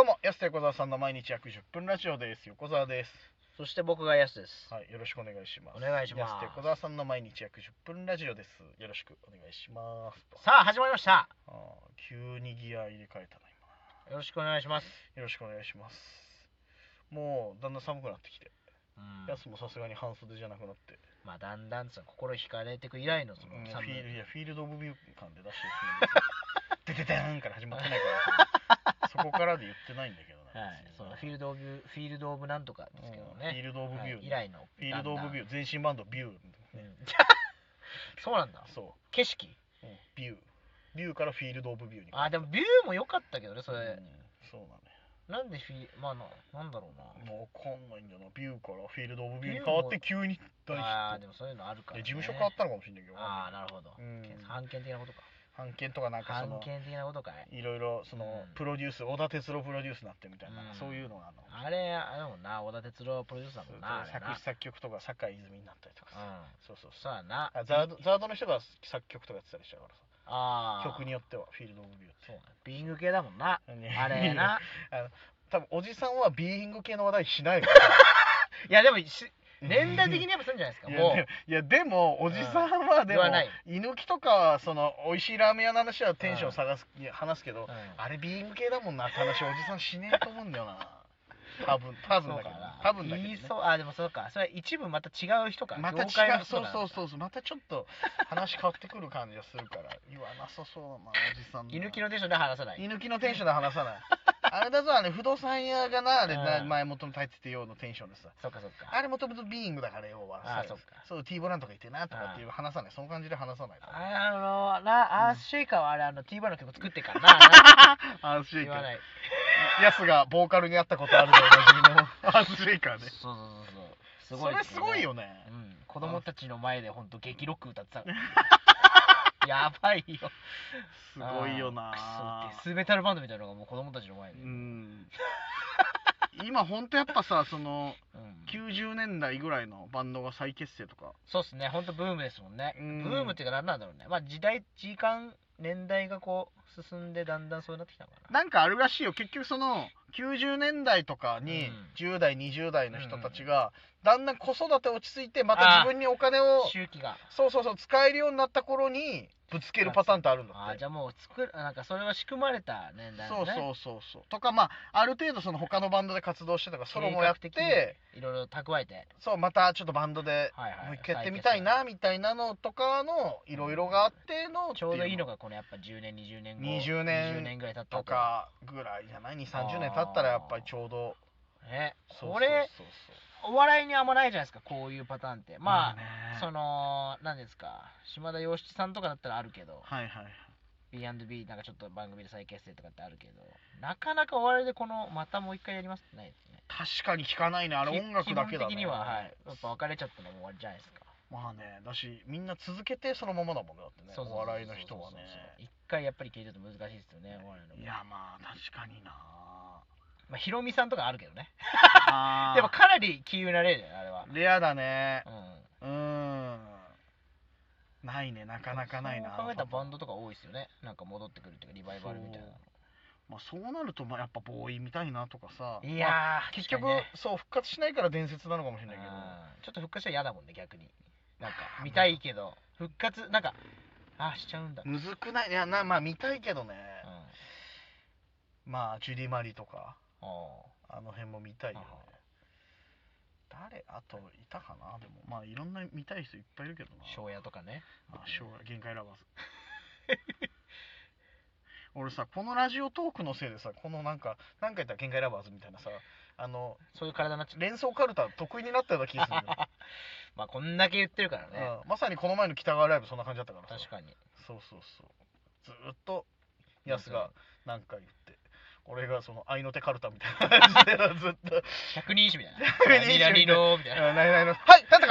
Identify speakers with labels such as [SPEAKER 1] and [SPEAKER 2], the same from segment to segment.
[SPEAKER 1] うも、安手横澤さんの毎日約10分ラジオです。横澤です。
[SPEAKER 2] そして僕がヤスです。
[SPEAKER 1] はい、よろしくお願いします。
[SPEAKER 2] お願いします
[SPEAKER 1] 安手横澤さんの毎日約10分ラジオです。よろしくお願いします。と
[SPEAKER 2] さあ、始まりました。
[SPEAKER 1] あー急にギア入れ替えたな、今。
[SPEAKER 2] よろしくお願いします。
[SPEAKER 1] よろしくお願いします。もう、だんだん寒くなってきて、
[SPEAKER 2] うん
[SPEAKER 1] ヤスもさすがに半袖じゃなくなって、
[SPEAKER 2] まあ、だんだんその心惹かれてく以来のそ
[SPEAKER 1] もう
[SPEAKER 2] の
[SPEAKER 1] フィ
[SPEAKER 2] 寒い
[SPEAKER 1] ールいやフィールド・オブ・ビュー感で出して るデデデーンから始まってないから、そこからで言ってないんだけどな
[SPEAKER 2] はい、
[SPEAKER 1] 別
[SPEAKER 2] そ
[SPEAKER 1] に
[SPEAKER 2] の
[SPEAKER 1] ね
[SPEAKER 2] フィールドオブフィールドオブなんとかですけど
[SPEAKER 1] うんフィー
[SPEAKER 2] ね。
[SPEAKER 1] ルド・オブ・ビュー、
[SPEAKER 2] はい以来の
[SPEAKER 1] フィールド・オブ・ビ
[SPEAKER 2] ュ
[SPEAKER 1] ュー、全身バンド・ビュー、ね
[SPEAKER 2] そうなんだ。
[SPEAKER 1] そ
[SPEAKER 2] 景色。
[SPEAKER 1] う、うんビュー。ビューからフィールド・オブ・ビューに。
[SPEAKER 2] あ、でもビューも良かったけどね、そ
[SPEAKER 1] うん
[SPEAKER 2] れ。
[SPEAKER 1] そうだね。
[SPEAKER 2] なんでフィまあな、なんだろうな。
[SPEAKER 1] もうわかんないんだよな。ビューからフィールド・オブ・ビューに変わって急に大ヒ
[SPEAKER 2] ああー、
[SPEAKER 1] ッ
[SPEAKER 2] でもそういうのあるか
[SPEAKER 1] ト。で
[SPEAKER 2] ら、ね。
[SPEAKER 1] 事務所変わったのかもしれないけど。
[SPEAKER 2] ああ、なるほど。
[SPEAKER 1] うん
[SPEAKER 2] 判権的なことか。
[SPEAKER 1] 判件とかなんかそ
[SPEAKER 2] 判
[SPEAKER 1] の、
[SPEAKER 2] 権的なことかい。
[SPEAKER 1] いろいろその
[SPEAKER 2] うん
[SPEAKER 1] プロデュース、小田哲郎プロデュースになってみたいな、
[SPEAKER 2] うん
[SPEAKER 1] そういうのがあるの。
[SPEAKER 2] あれ、あれだもんな、小田哲郎プロデュースだ
[SPEAKER 1] そ
[SPEAKER 2] も
[SPEAKER 1] うん
[SPEAKER 2] な。あれ
[SPEAKER 1] 作
[SPEAKER 2] な
[SPEAKER 1] 詞作曲とか酒井泉になったりとかさ、
[SPEAKER 2] うん。
[SPEAKER 1] そうそうそう
[SPEAKER 2] そうやな。
[SPEAKER 1] あザードザードの人が作曲とかやってたりしたからさ
[SPEAKER 2] ああ。
[SPEAKER 1] 曲によってはフィールド・オブ・ビューって
[SPEAKER 2] そうね。ビーイング系だもんな。
[SPEAKER 1] ね
[SPEAKER 2] あれな。
[SPEAKER 1] 多分おじさんはビーイング系の話題しないから
[SPEAKER 2] いや、でもし、年代的にやっぱするんじゃないですか。
[SPEAKER 1] いや
[SPEAKER 2] も
[SPEAKER 1] でいやでもおじさんはでも
[SPEAKER 2] 言わない
[SPEAKER 1] 犬きとかはその美味しいラーメン屋の話はテンション探す、いや話すけど、
[SPEAKER 2] う。うん
[SPEAKER 1] あれビーイング系だもんなって話おじさんしねえと思うんだ よな多分多分だけどね多分だけど、ね
[SPEAKER 2] 言い、そうあでもそうかそれは一部また違う人か
[SPEAKER 1] また違
[SPEAKER 2] 業界の
[SPEAKER 1] う
[SPEAKER 2] 人
[SPEAKER 1] そ
[SPEAKER 2] だ
[SPEAKER 1] うそうそうそうまたちょっと話変わってくる感じがするから言わなさそうだなおじさんな
[SPEAKER 2] 犬きのテンションで話さない
[SPEAKER 1] 犬きのテンションで話さ ないあれだぞあれ不動産屋がなあれな
[SPEAKER 2] うん
[SPEAKER 1] 前元の入っててようのテンションでさ
[SPEAKER 2] そうかそうか
[SPEAKER 1] あれもともとビーイングだから要はさ
[SPEAKER 2] あそっか
[SPEAKER 1] そう T ボランとか言ってなとかっていう話さないその感じで話さない
[SPEAKER 2] ああのなアースシェイカーはあれあの T バーの曲 作ってっからな
[SPEAKER 1] アースシェイ
[SPEAKER 2] 言
[SPEAKER 1] カ
[SPEAKER 2] わ
[SPEAKER 1] ー
[SPEAKER 2] ない
[SPEAKER 1] ヤスがボーカルに会ったことあるでおなじみ のアースシェイカーで
[SPEAKER 2] そうそうそうそう
[SPEAKER 1] それ
[SPEAKER 2] です
[SPEAKER 1] ごいよね
[SPEAKER 2] うん子供たちの前で本当激ロック歌って たやばいよ
[SPEAKER 1] すごいよ
[SPEAKER 2] あー
[SPEAKER 1] な
[SPEAKER 2] クソデスメタルバンドみたいなのがもう子供たちの前で
[SPEAKER 1] うん今ほんとやっぱさその
[SPEAKER 2] うん
[SPEAKER 1] 90年代ぐらいのバンドが再結成とか
[SPEAKER 2] そうっすね、本当ブームですもんね。
[SPEAKER 1] う
[SPEAKER 2] ブ
[SPEAKER 1] ん
[SPEAKER 2] ームっていうか何なんだろうね。まあ時代、時間、年代がこう進んでだんだんそうなってきたのかな。
[SPEAKER 1] なんかあるらしいよ結局その90年代とかに
[SPEAKER 2] うん
[SPEAKER 1] 10代20代の人たちがだんだん子育て落ち着いてまた自分にお金を
[SPEAKER 2] 周期が。
[SPEAKER 1] そうそうそう使えるようになった頃にぶつけるパターンってあるんだ
[SPEAKER 2] あ
[SPEAKER 1] っ
[SPEAKER 2] ー
[SPEAKER 1] て
[SPEAKER 2] じゃあもう作る、なんかそれは仕組まれた年代
[SPEAKER 1] そ
[SPEAKER 2] の
[SPEAKER 1] う
[SPEAKER 2] ね。
[SPEAKER 1] そうそうそうとかまあある程度その他のバンドで活動してとかソロもやっ
[SPEAKER 2] 計画
[SPEAKER 1] て
[SPEAKER 2] いろいろ蓄えて。
[SPEAKER 1] そうまたちょっとバンドで
[SPEAKER 2] はいはい
[SPEAKER 1] もう一回やってみたいなみたいなのとかのいろいろがあっての
[SPEAKER 2] ちょうどいいの
[SPEAKER 1] が
[SPEAKER 2] がこのやっぱ10年、20年後。
[SPEAKER 1] 20年
[SPEAKER 2] 20年ぐらい経った
[SPEAKER 1] と
[SPEAKER 2] 後。
[SPEAKER 1] かぐらいじゃない230年経ったらやっぱりちょうど
[SPEAKER 2] ね。
[SPEAKER 1] そう
[SPEAKER 2] これ、
[SPEAKER 1] そうそうそう
[SPEAKER 2] お笑いにあんまないじゃないですか、こういうパターンって。まあ、
[SPEAKER 1] ね
[SPEAKER 2] その、何ですか、島田洋七さんとかだったらあるけど。
[SPEAKER 1] はいはい
[SPEAKER 2] B&B なんかちょっと番組で再結成とかってあるけどなかなか我々でこのまたもう一回やりますってないですね
[SPEAKER 1] 確かに聞かないねあれ
[SPEAKER 2] き
[SPEAKER 1] 音楽だけだね
[SPEAKER 2] 基本的にははいやっぱ別れちゃったのも終わりじゃないですか
[SPEAKER 1] まあねだしみんな続けてそのままだもんねだってね
[SPEAKER 2] そうそうそうそう
[SPEAKER 1] お笑いの人はね
[SPEAKER 2] 一回やっぱり消えちゃうと難しいですよねお笑いの
[SPEAKER 1] いやまあ確か にな
[SPEAKER 2] まあヒロミさんとかあるけどね
[SPEAKER 1] あー
[SPEAKER 2] でもかなり杞憂な例だよねあれは
[SPEAKER 1] レアだね
[SPEAKER 2] うん
[SPEAKER 1] うーんないねなかなかないな
[SPEAKER 2] そう考えたらバンドとか多いですよねなんか戻ってくるっていうかリバイバルみたいなの
[SPEAKER 1] まあ、そうなるとまあやっぱボーイみたいなとかさ
[SPEAKER 2] い
[SPEAKER 1] まあ
[SPEAKER 2] やー
[SPEAKER 1] 結局、
[SPEAKER 2] 確かにね
[SPEAKER 1] そう復活しないから伝説なのかもしれないけど
[SPEAKER 2] うんちょっと復活したら嫌だもんね逆になんか見たいけど復活なんかあーしちゃうんだ、うん
[SPEAKER 1] むずくないいやなまあ見たいけどね、まあジュディ・マリとか
[SPEAKER 2] おー
[SPEAKER 1] あの辺も見たいよね
[SPEAKER 2] はは
[SPEAKER 1] 誰あといたかなでもまあいろんな見たい人いっぱいいるけどな
[SPEAKER 2] 庄屋とかね
[SPEAKER 1] まあ昭和限界ラバーズ 俺さこのラジオトークのせいでさこのなんかなんか言ったら限界ラバーズみたいなさあの
[SPEAKER 2] そういう体になっちゃう
[SPEAKER 1] 連想カルタ得意になったような気がするんだよ
[SPEAKER 2] まあこんだけ言ってるから ね、
[SPEAKER 1] うんまさにこの前の北川ライブそんな感じだったからさ
[SPEAKER 2] 確かに
[SPEAKER 1] そうそうそうずーっとヤスが何か言って俺がその合いの手カルタみたいな感じでずっと
[SPEAKER 2] 百人一首みたいな
[SPEAKER 1] 人一首みたいな
[SPEAKER 2] ミラリロみたいな、
[SPEAKER 1] あないないないはい立 った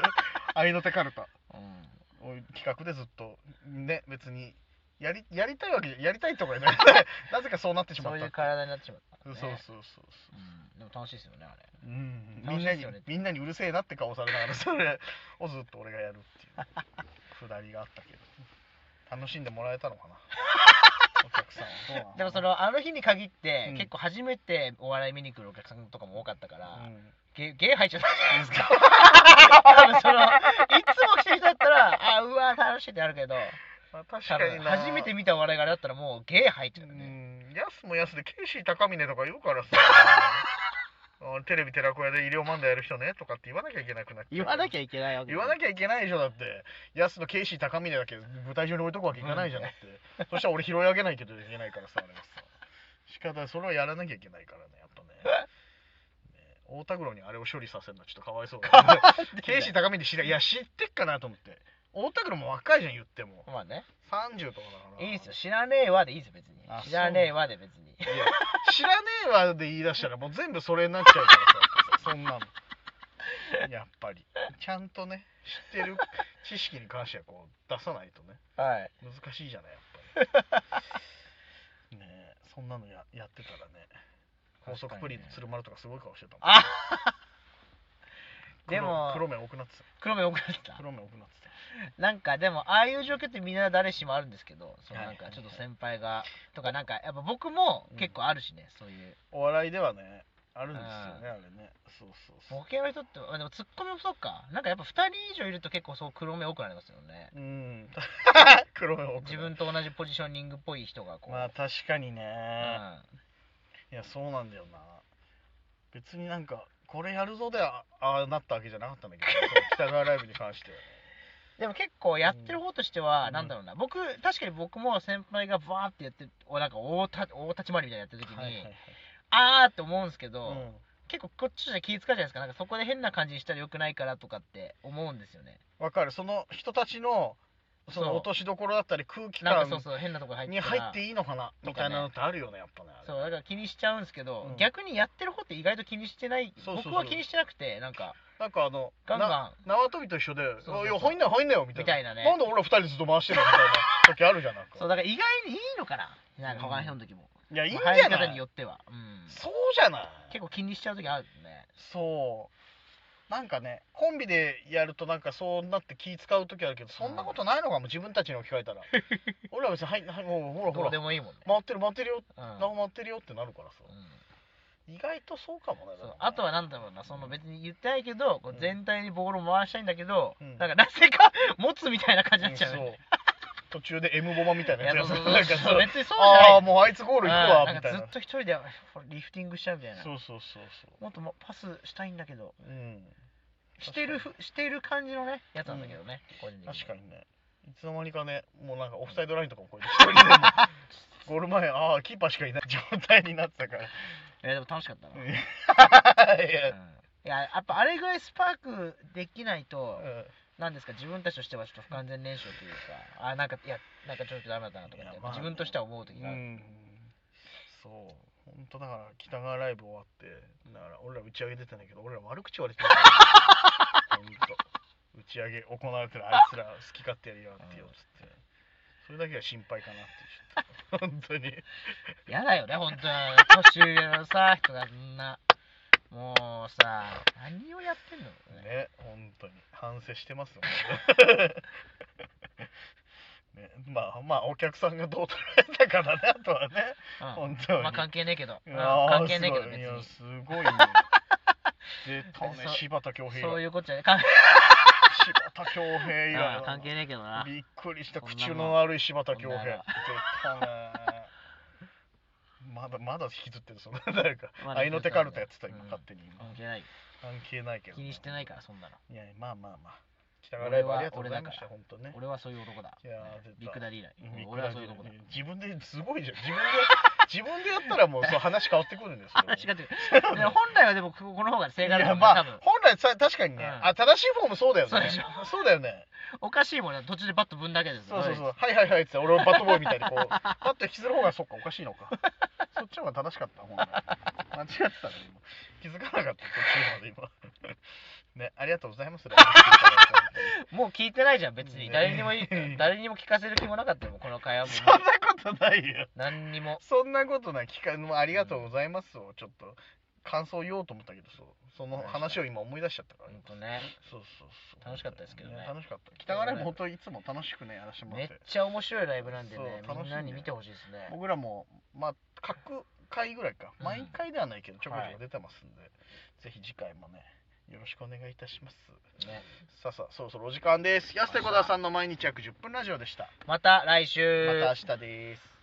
[SPEAKER 1] か 愛の手カルタ
[SPEAKER 2] うん
[SPEAKER 1] を企画でずっとね別にやりやりたいわけやりたいとかじゃない なぜかそうなってしま
[SPEAKER 2] そ
[SPEAKER 1] っ
[SPEAKER 2] う
[SPEAKER 1] た
[SPEAKER 2] いう体になってしまった、
[SPEAKER 1] そう
[SPEAKER 2] ね、
[SPEAKER 1] そうそうそう
[SPEAKER 2] うんでも楽しいですよねあれ
[SPEAKER 1] うんみ
[SPEAKER 2] 楽
[SPEAKER 1] ん
[SPEAKER 2] しい
[SPEAKER 1] な
[SPEAKER 2] で
[SPEAKER 1] に
[SPEAKER 2] すよね
[SPEAKER 1] みんなにうるせえなって顔されながらそれをずっと俺 がやるっていうくだりがあったけど楽しんでもらえたのかなお客さんはどうなのかな
[SPEAKER 2] でもそのあの日に限って、
[SPEAKER 1] うん
[SPEAKER 2] 結構初めてお笑い見に来るお客さんとかも多かったから、
[SPEAKER 1] うん
[SPEAKER 2] ゲゲー入っち ゃったじゃないですか多分そのいつも来てる人だったらあうわ楽しいってなるけど
[SPEAKER 1] まあ確か
[SPEAKER 2] 多分
[SPEAKER 1] にな
[SPEAKER 2] 初めて見たお笑いがあれだったらもうゲー入っちゃう
[SPEAKER 1] う
[SPEAKER 2] よね、
[SPEAKER 1] んやすもやすでケイシー高峰とか言う からさあテレビ寺子屋で医療漫才やる人ねとかって言わなきゃいけなくなっちゃう
[SPEAKER 2] 言わなきゃいけないわけ
[SPEAKER 1] 言わな
[SPEAKER 2] ゃ
[SPEAKER 1] きゃいけないでしょだってやすのケイシー高峰だけ舞台上に置いとくわけいかないじゃなくて、そしたら俺拾い上げないけどいけないからさあれはさ仕方ないそれはやらなきゃいけないからねやっぱ ねね太田黒にあれを処理させるのはちょっとかわいそうだね ケイシー高峰知らいや知ってっかなと思って太田黒も若いじゃん言っても
[SPEAKER 2] まあね
[SPEAKER 1] 30とかだから
[SPEAKER 2] いいですよ知らねえわでいいですよ別に
[SPEAKER 1] あ
[SPEAKER 2] 知らねえわで別に
[SPEAKER 1] いや知らねえわで言い出したらもう全部それになっちゃうからさそんなのやっぱりちゃんとね知ってる知識に関してはこう出さないとね
[SPEAKER 2] はい
[SPEAKER 1] 難しいじゃないやっぱりねえそんなのややってたらね高速プリンの鶴丸とかすごい顔してたもん
[SPEAKER 2] あ
[SPEAKER 1] 黒
[SPEAKER 2] でも
[SPEAKER 1] 黒目多くなって
[SPEAKER 2] 黒目多くなった
[SPEAKER 1] た黒目多くなってた
[SPEAKER 2] なんかでもああいう状況ってみんな誰しもあるんですけどその
[SPEAKER 1] はい
[SPEAKER 2] なんか
[SPEAKER 1] はい
[SPEAKER 2] ちょっと先輩がとかなんかやっぱ僕も結構あるしね、そういう
[SPEAKER 1] お笑いではねあるんですよねあれねそうそうそう
[SPEAKER 2] ボケの人ってあでもツッコミもそうかなんかやっぱ2人以上いると結構そう黒目多くなりますよね
[SPEAKER 1] うん 黒目多くなる
[SPEAKER 2] 自分と同じポジショニングっぽい人がこう、
[SPEAKER 1] まあ確かにね、
[SPEAKER 2] うん
[SPEAKER 1] いやそうなんだよな別になんかこれやるぞであああなったわけじゃなかったんだけ どその北川ライブに関してはね
[SPEAKER 2] でも結構やってる方としては、
[SPEAKER 1] うん
[SPEAKER 2] なんだろうな僕確かに僕も先輩がバーってやっておなんか大た大立ち回りみたいなのやってる時に、
[SPEAKER 1] はいはいはい
[SPEAKER 2] あーって思うんですけど、
[SPEAKER 1] うん
[SPEAKER 2] 結構こっちとしては気遣うじゃないですかなんかそこで変な感じにしたらよくないからとかって思うんですよね
[SPEAKER 1] わかるその人たちのそ
[SPEAKER 2] そ
[SPEAKER 1] の
[SPEAKER 2] う
[SPEAKER 1] 落としどころだったり空気
[SPEAKER 2] なん
[SPEAKER 1] 感
[SPEAKER 2] かそうそう変なとこ入って
[SPEAKER 1] に入って
[SPEAKER 2] い
[SPEAKER 1] いいのかなみたいなのってあるよねやっぱねあれ
[SPEAKER 2] そうだから気にしちゃうんですけど、
[SPEAKER 1] うん
[SPEAKER 2] 逆にやってる方って意外と気にしてない
[SPEAKER 1] そうそうそう
[SPEAKER 2] 僕は気にしてなくてなんか
[SPEAKER 1] なんかあの
[SPEAKER 2] ガン
[SPEAKER 1] な
[SPEAKER 2] ガ
[SPEAKER 1] 縄跳びと一緒で「
[SPEAKER 2] そうそうそう
[SPEAKER 1] いや入んなよ入んなよ」み
[SPEAKER 2] ン
[SPEAKER 1] たい
[SPEAKER 2] み
[SPEAKER 1] な
[SPEAKER 2] たいなね
[SPEAKER 1] なんで俺ら二人ずっと回してるのみたいな時あるじゃんなん
[SPEAKER 2] そう
[SPEAKER 1] か
[SPEAKER 2] だから意外にいいのかななんか他の人の時も、
[SPEAKER 1] いやいいんじ
[SPEAKER 2] まあ入
[SPEAKER 1] ゃ
[SPEAKER 2] り方
[SPEAKER 1] な
[SPEAKER 2] に
[SPEAKER 1] い
[SPEAKER 2] よっては、うん、
[SPEAKER 1] そうじゃない
[SPEAKER 2] 結構気にしちゃう時あるね
[SPEAKER 1] そうなんかねコンビでやるとなんかそうなって気使う時あるけどそんなことないのかも自分たちに置き換え たら俺ら別に「はいはいもうほらほ
[SPEAKER 2] どうで
[SPEAKER 1] ら
[SPEAKER 2] もいいもんね、
[SPEAKER 1] 回ってる回ってるよ
[SPEAKER 2] うん
[SPEAKER 1] なお回ってるよ」ってなるからさ
[SPEAKER 2] うん
[SPEAKER 1] 意外とそうかもねだか
[SPEAKER 2] そ
[SPEAKER 1] ら
[SPEAKER 2] う
[SPEAKER 1] ね
[SPEAKER 2] あとはなんだろうなその別に言ってないけど、こう
[SPEAKER 1] うん
[SPEAKER 2] 全体にボールを回したいんだけど、
[SPEAKER 1] うん
[SPEAKER 2] なんかなぜか 持つみたいな感じになっちゃう,、
[SPEAKER 1] うんそう途中で M ボマみたい
[SPEAKER 2] い
[SPEAKER 1] な
[SPEAKER 2] や
[SPEAKER 1] やつ
[SPEAKER 2] そうそうそう
[SPEAKER 1] なんかそう
[SPEAKER 2] 別にそうじゃない
[SPEAKER 1] ああもうあいつゴール行くわ
[SPEAKER 2] うん
[SPEAKER 1] みたい
[SPEAKER 2] ん
[SPEAKER 1] な
[SPEAKER 2] かずっと一人でこれリフティングしちゃうみたいな
[SPEAKER 1] そうそうそうそ
[SPEAKER 2] もっともパスしたいんだけど
[SPEAKER 1] ううん
[SPEAKER 2] してるふしてる感じのねやつなんだけどね、個人的
[SPEAKER 1] 確か
[SPEAKER 2] に
[SPEAKER 1] にねいつの間にかねもうなんかオフサイドラインとかもこうやって一人でも ゴール前ああキーパーしかいない状態になってたから
[SPEAKER 2] えーでも楽しかったな、うん
[SPEAKER 1] い
[SPEAKER 2] い
[SPEAKER 1] や
[SPEAKER 2] ややっぱあれぐらいスパークできないと、
[SPEAKER 1] う
[SPEAKER 2] なんですか自分たちとしてはちょっと不完全燃焼というかあーなんかいやなんかちょっとダメだったなとか、ね
[SPEAKER 1] いや
[SPEAKER 2] やっぱ
[SPEAKER 1] まあ
[SPEAKER 2] 自分としては思う時
[SPEAKER 1] ん
[SPEAKER 2] がある、
[SPEAKER 1] そう本当だから北川ライブ終わってだから俺ら打ち上げ出てんだけど俺ら悪口言われてるから 本当打ち上げ行われてるあいつら好き勝手やりやがってよっつってそれだけは心配かなっていうちょっと本当に
[SPEAKER 2] やだよね本当に年上のさ人がそんなもうさ何をやってんのね
[SPEAKER 1] ね本当に反省してますよ ねまあまあお客さんがどう捉えたからねあとはね
[SPEAKER 2] うん
[SPEAKER 1] 本当に
[SPEAKER 2] まあ関係ねえけど、うん
[SPEAKER 1] あー
[SPEAKER 2] 関係ねえけど
[SPEAKER 1] すごいいやすご
[SPEAKER 2] 別に
[SPEAKER 1] いね出たね
[SPEAKER 2] そ
[SPEAKER 1] 柴田恭平
[SPEAKER 2] そう
[SPEAKER 1] が
[SPEAKER 2] いうことじゃね関
[SPEAKER 1] 柴田恭平以来だ
[SPEAKER 2] あー
[SPEAKER 1] な
[SPEAKER 2] 関係ねえけどな
[SPEAKER 1] びっくりした
[SPEAKER 2] こんな
[SPEAKER 1] 口
[SPEAKER 2] もん
[SPEAKER 1] の悪い柴田恭
[SPEAKER 2] こ
[SPEAKER 1] 平出
[SPEAKER 2] んなの
[SPEAKER 1] たねまだまだ引きずってるその 誰か
[SPEAKER 2] まだ
[SPEAKER 1] 合いの手カルタやってた今
[SPEAKER 2] うん
[SPEAKER 1] 勝手に今
[SPEAKER 2] 関係ない
[SPEAKER 1] 関係ないけど
[SPEAKER 2] 気にしてないからそんなの
[SPEAKER 1] いやまあまあまあ北川ライブありがとうございました
[SPEAKER 2] 俺
[SPEAKER 1] 本当ね
[SPEAKER 2] 俺はそういう男だ
[SPEAKER 1] いやー出た
[SPEAKER 2] ビッグダディ以来
[SPEAKER 1] うん
[SPEAKER 2] 俺はそういう男だ
[SPEAKER 1] 自分ですごいじゃん自分で自分でやったらもうそう話変わってくるんです よ
[SPEAKER 2] 話が出てくるいや本来はでもここの方が正解
[SPEAKER 1] い
[SPEAKER 2] だも
[SPEAKER 1] やま
[SPEAKER 2] んね、多
[SPEAKER 1] あ
[SPEAKER 2] 分
[SPEAKER 1] 本来さ確かにね、
[SPEAKER 2] うん
[SPEAKER 1] あ正しいフォームそうだよね
[SPEAKER 2] そうでし
[SPEAKER 1] そうだよね
[SPEAKER 2] おかしいもんね途中でバッとぶんだけです
[SPEAKER 1] そうそうそううはいはいはいっつって俺もバットボーイみた いにこうバット引きずる方がそっかおかしいのかそっちの方が正しかった本来間違ってたね今気づかなかった途中まで今ねありがとうございます
[SPEAKER 2] もう聞いてないじゃん別に
[SPEAKER 1] ね
[SPEAKER 2] 誰にもい 誰にも聞かせる気もなかったよもうこの会話も
[SPEAKER 1] そんなことないよ
[SPEAKER 2] 何にも
[SPEAKER 1] そんなことない聞かもうありがとうございますをちょっと感想言おうと思ったけどそうその話を今思い出しちゃったから
[SPEAKER 2] ほん
[SPEAKER 1] 今
[SPEAKER 2] とね
[SPEAKER 1] そうそうそう
[SPEAKER 2] 楽しかったですけどね
[SPEAKER 1] 楽しかった北川ライブ本当にいつも楽しくねやらせてもら
[SPEAKER 2] め
[SPEAKER 1] っ
[SPEAKER 2] ってちゃ面白いライブなんでね
[SPEAKER 1] そう楽しいね
[SPEAKER 2] みんなに見てほしいですね
[SPEAKER 1] 僕らもまあ各回ぐらいか
[SPEAKER 2] うん
[SPEAKER 1] 毎回ではないけどちょこち
[SPEAKER 2] は
[SPEAKER 1] ょ
[SPEAKER 2] い
[SPEAKER 1] こ出てますんで、ぜひ次回もねよろしくお願いいたします
[SPEAKER 2] ね
[SPEAKER 1] さあさあそろそろお時間です安手小田さんの毎日約10分ラジオでした
[SPEAKER 2] また来週
[SPEAKER 1] また明日です